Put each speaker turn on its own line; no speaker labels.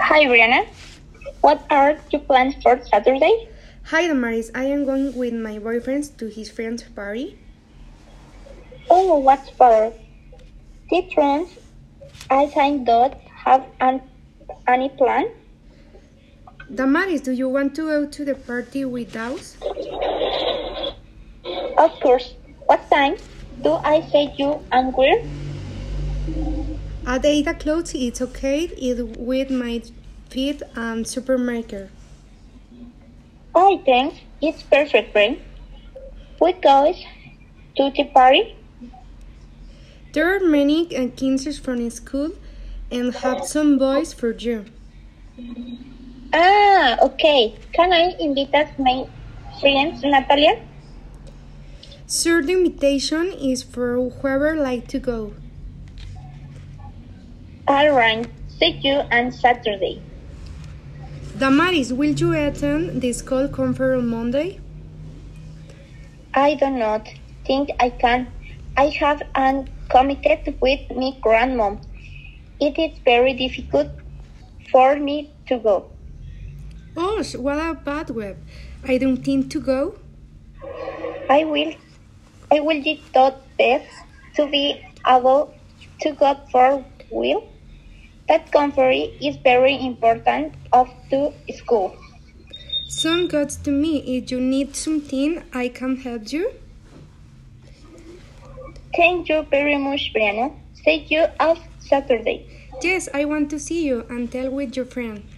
Hi, Brianna. What are your plans for Saturday?
Hi, Damaris. I am going with my boyfriend to his friend's party.
Oh, what's better? Citrons, I think, don't have an, any plan.
Damaris, do you want to go to the party with us?
Of course. What time do I say you and where?
At 8 o'clock, it's okay. It with my feet and supermarket.
I think it's perfect, Brin. We go to the party.
There are many uh, kids from school and have some boys for you.
Ah, okay. Can I invite us my friends, Natalia?
Sure, the invitation is for whoever like to go.
All right. See you on Saturday.
Damaris, will you attend the school conference on Monday?
I do not think I can. I have an committed with me grandmom. It is very difficult for me to go.
Oh, what a bad web. I don't think to go.
I will I will do that best to be able to go for will. That conference is very important of to school.
Some gods to me. If you need something, I can help you.
Thank you very much, Brianna. See you on Saturday.
Yes, I want to see you and tell with your friend.